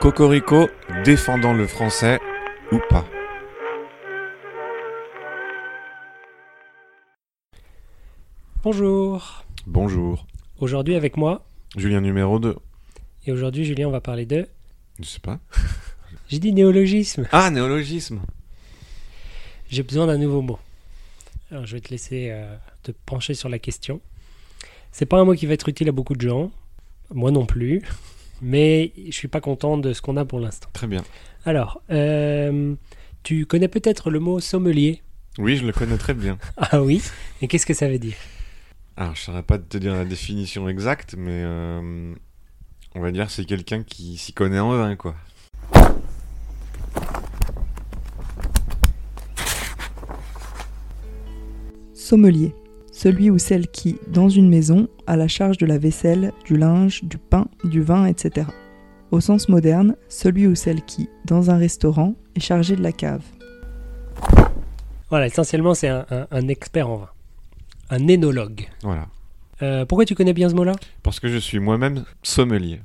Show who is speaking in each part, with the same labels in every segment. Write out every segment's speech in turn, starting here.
Speaker 1: Cocorico défendant le français ou pas.
Speaker 2: Bonjour.
Speaker 1: Bonjour.
Speaker 2: Aujourd'hui avec moi.
Speaker 1: Julien numéro 2.
Speaker 2: Et aujourd'hui, Julien, on va parler de.
Speaker 1: Je sais pas.
Speaker 2: J'ai dit néologisme.
Speaker 1: Ah, néologisme.
Speaker 2: J'ai besoin d'un nouveau mot. Alors, je vais te laisser euh, te pencher sur la question. C'est pas un mot qui va être utile à beaucoup de gens. Moi non plus. Mais je suis pas content de ce qu'on a pour l'instant.
Speaker 1: Très bien.
Speaker 2: Alors, euh, tu connais peut-être le mot sommelier.
Speaker 1: Oui, je le connais très bien.
Speaker 2: Ah oui. Et qu'est-ce que ça veut dire
Speaker 1: Alors, je saurais pas te dire la définition exacte, mais euh, on va dire c'est quelqu'un qui s'y connaît en vin, quoi.
Speaker 3: Sommelier, celui ou celle qui, dans une maison, a la charge de la vaisselle, du linge, du pain, du vin, etc. Au sens moderne, celui ou celle qui, dans un restaurant, est chargé de la cave.
Speaker 2: Voilà, essentiellement, c'est un, un- un expert en vin. Un énologue.
Speaker 1: Voilà.
Speaker 2: Euh, pourquoi tu connais bien ce mot-là
Speaker 1: Parce que je suis moi-même sommelier.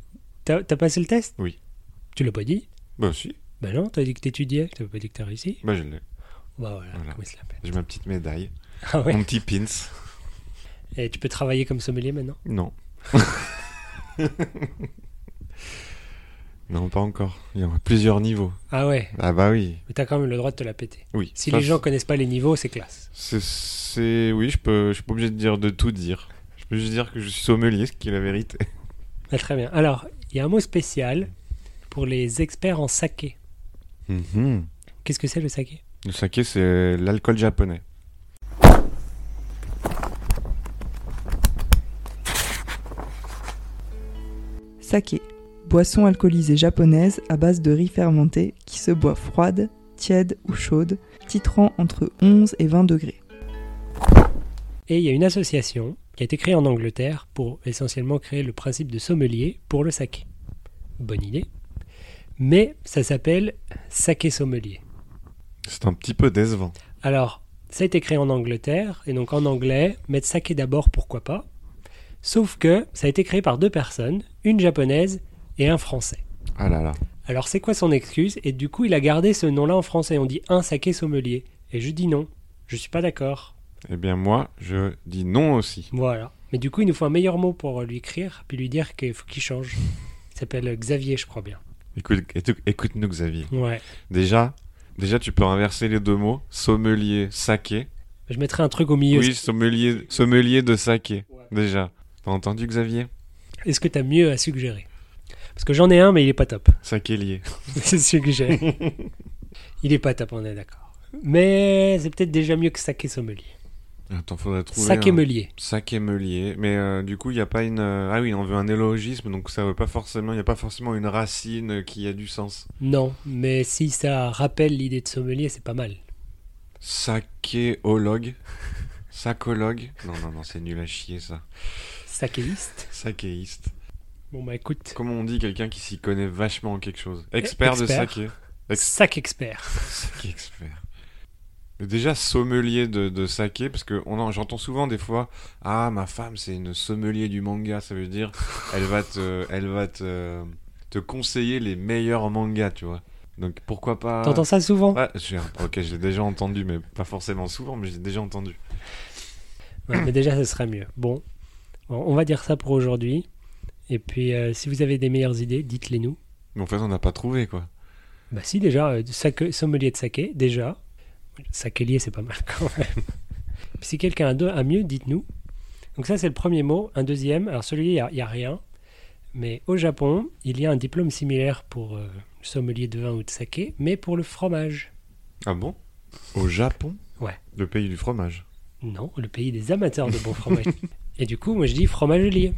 Speaker 2: T'as t'as passé le test
Speaker 1: Oui.
Speaker 2: Tu l'as pas dit
Speaker 1: Bah si,
Speaker 2: Ben non, t'as dit que t'étudiais, t'as pas dit que t'as réussi.
Speaker 1: bah je l'ai.
Speaker 2: Bah voilà,
Speaker 1: Voilà.
Speaker 2: comment il se l'appelle.
Speaker 1: J'ai ma petite médaille,
Speaker 2: Ah ouais.
Speaker 1: mon petit pins.
Speaker 2: Et tu peux travailler comme sommelier maintenant
Speaker 1: Non. non, pas encore. Il y en a plusieurs niveaux.
Speaker 2: Ah ouais,
Speaker 1: Ah bah oui.
Speaker 2: mais t'as quand même le droit de te la péter.
Speaker 1: Oui.
Speaker 2: Si
Speaker 1: Ça,
Speaker 2: les gens connaissent pas les niveaux, c'est classe.
Speaker 1: C'est, c'est- oui, je peux, je suis pas obligé de dire de tout dire. Je peux juste dire que je suis sommelier, ce qui est la vérité.
Speaker 2: Ah, très bien. Alors, il y a un mot spécial pour les experts en saké.
Speaker 1: Mhm.
Speaker 2: Qu'est-ce que c'est le saké
Speaker 1: Le saké, c'est l'alcool japonais.
Speaker 3: Saké, boisson alcoolisée japonaise à base de riz fermenté qui se boit froide, tiède ou chaude, titrant entre 11 et 20 degrés.
Speaker 2: Et il y a une association qui a été créée en Angleterre pour essentiellement créer le principe de sommelier pour le saké. Bonne idée. Mais ça s'appelle saké sommelier.
Speaker 1: C'est un petit peu décevant.
Speaker 2: Alors, ça a été créé en Angleterre, et donc en anglais, mettre saké d'abord, pourquoi pas. Sauf que ça a été créé par deux personnes, une japonaise et un français.
Speaker 1: Ah là là.
Speaker 2: Alors, c'est quoi son excuse Et du coup, il a gardé ce nom-là en français. On dit un saké sommelier. Et je dis non, je suis pas d'accord.
Speaker 1: Eh bien, moi, je dis non aussi.
Speaker 2: Voilà. Mais du coup, il nous faut un meilleur mot pour euh, lui écrire, puis lui dire qu'il faut qu'il change. Il s'appelle euh, Xavier, je crois bien.
Speaker 1: Écoute, étou- écoute-nous, Xavier.
Speaker 2: Ouais.
Speaker 1: Déjà, déjà, tu peux inverser les deux mots. Sommelier, saké.
Speaker 2: Je mettrai un truc au milieu.
Speaker 1: Oui, sommelier, sommelier de saké. Déjà. T'as entendu, Xavier
Speaker 2: Est-ce que tu as mieux à suggérer Parce que j'en ai un, mais il est pas top.
Speaker 1: Sakélier.
Speaker 2: C'est ce que j'ai. Il est pas top, on est d'accord. Mais c'est peut-être déjà mieux que saké sommelier.
Speaker 1: Attends, faudrait trouver.
Speaker 2: Saké
Speaker 1: un-
Speaker 2: melier.
Speaker 1: Sakémelier, mais euh, du coup, il n'y a pas une. euh, Ah oui, on veut un élogisme, donc ça veut pas forcément. Il n'y a pas forcément une racine euh, qui a du sens.
Speaker 2: Non, mais si ça rappelle l'idée de sommelier, c'est pas mal.
Speaker 1: Sakéologue. Sacologue. Non, non, non, c'est nul à chier ça.
Speaker 2: Sakéiste.
Speaker 1: Sakéiste.
Speaker 2: Bon bah écoute,
Speaker 1: Comment on dit quelqu'un qui s'y connaît vachement en quelque chose Expert, de
Speaker 2: expert.
Speaker 1: saké. Ex-
Speaker 2: sac expert.
Speaker 1: saké expert. Mais Déjà, sommelier de, de saké, parce que on en- j'entends souvent des fois Ah, ma femme, c'est une sommelier du manga, ça veut dire elle va te, elle va te, te conseiller les meilleurs mangas, tu vois. Donc pourquoi pas.
Speaker 2: T'entends ça souvent
Speaker 1: Ah. Ouais, j'ai un- Ok, je l'ai déjà entendu, mais pas forcément souvent, mais j'ai déjà entendu.
Speaker 2: Ouais, Mais déjà, ce serait mieux. Bon, Bon, on va dire ça pour aujourd'hui. Et puis, euh, si vous avez des meilleures idées, dites-les nous.
Speaker 1: Mais en fait, on n'a pas trouvé, quoi.
Speaker 2: Bah si, déjà, euh, saké- sommelier de saké, déjà. Sakélier, c'est pas mal quand même. Puis si quelqu'un a, deux, a mieux, dites-nous. Donc ça, c'est le premier mot. Un deuxième, alors celui-là, il y a- il n'y a, rien. Mais au Japon, il y a un diplôme similaire pour euh, sommelier de vin ou de saké, mais pour le fromage.
Speaker 1: Ah bon Au Japon
Speaker 2: Ouais.
Speaker 1: Le pays du fromage.
Speaker 2: Non, le pays des amateurs de bon fromage. Et du coup, moi, je dis fromagelier.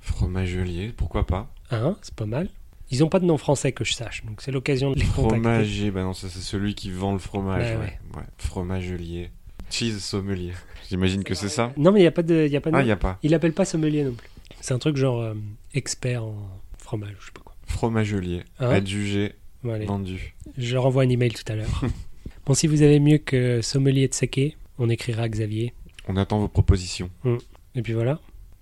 Speaker 1: Fromagelier, pourquoi pas
Speaker 2: Hein, c'est pas mal. Ils n'ont pas de nom français que je sache, donc c'est l'occasion de les contacter.
Speaker 1: Fromager, bah non, ça c'est celui qui vend le fromage.
Speaker 2: Ouais,
Speaker 1: ouais. Ouais, Fromagelier. Cheese sommelier. J'imagine que c'est ça
Speaker 2: Non, mais il n'y a pas de, il y a pas de
Speaker 1: Ah,
Speaker 2: nom.
Speaker 1: il a pas.
Speaker 2: Il l'appelle pas sommelier non plus. C'est un truc genre euh, expert en fromage, je sais pas quoi.
Speaker 1: Fromagelier.
Speaker 2: Hein
Speaker 1: adjugé,
Speaker 2: Bon, allez,
Speaker 1: vendu.
Speaker 2: je renvoie un email tout à l'heure. bon, si vous avez mieux que sommelier de saké, on écrira à Xavier.
Speaker 1: On attend vos propositions.
Speaker 2: Et puis voilà.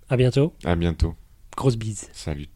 Speaker 2: À bientôt.
Speaker 1: À bientôt.
Speaker 2: Grosse bise.
Speaker 1: Salut.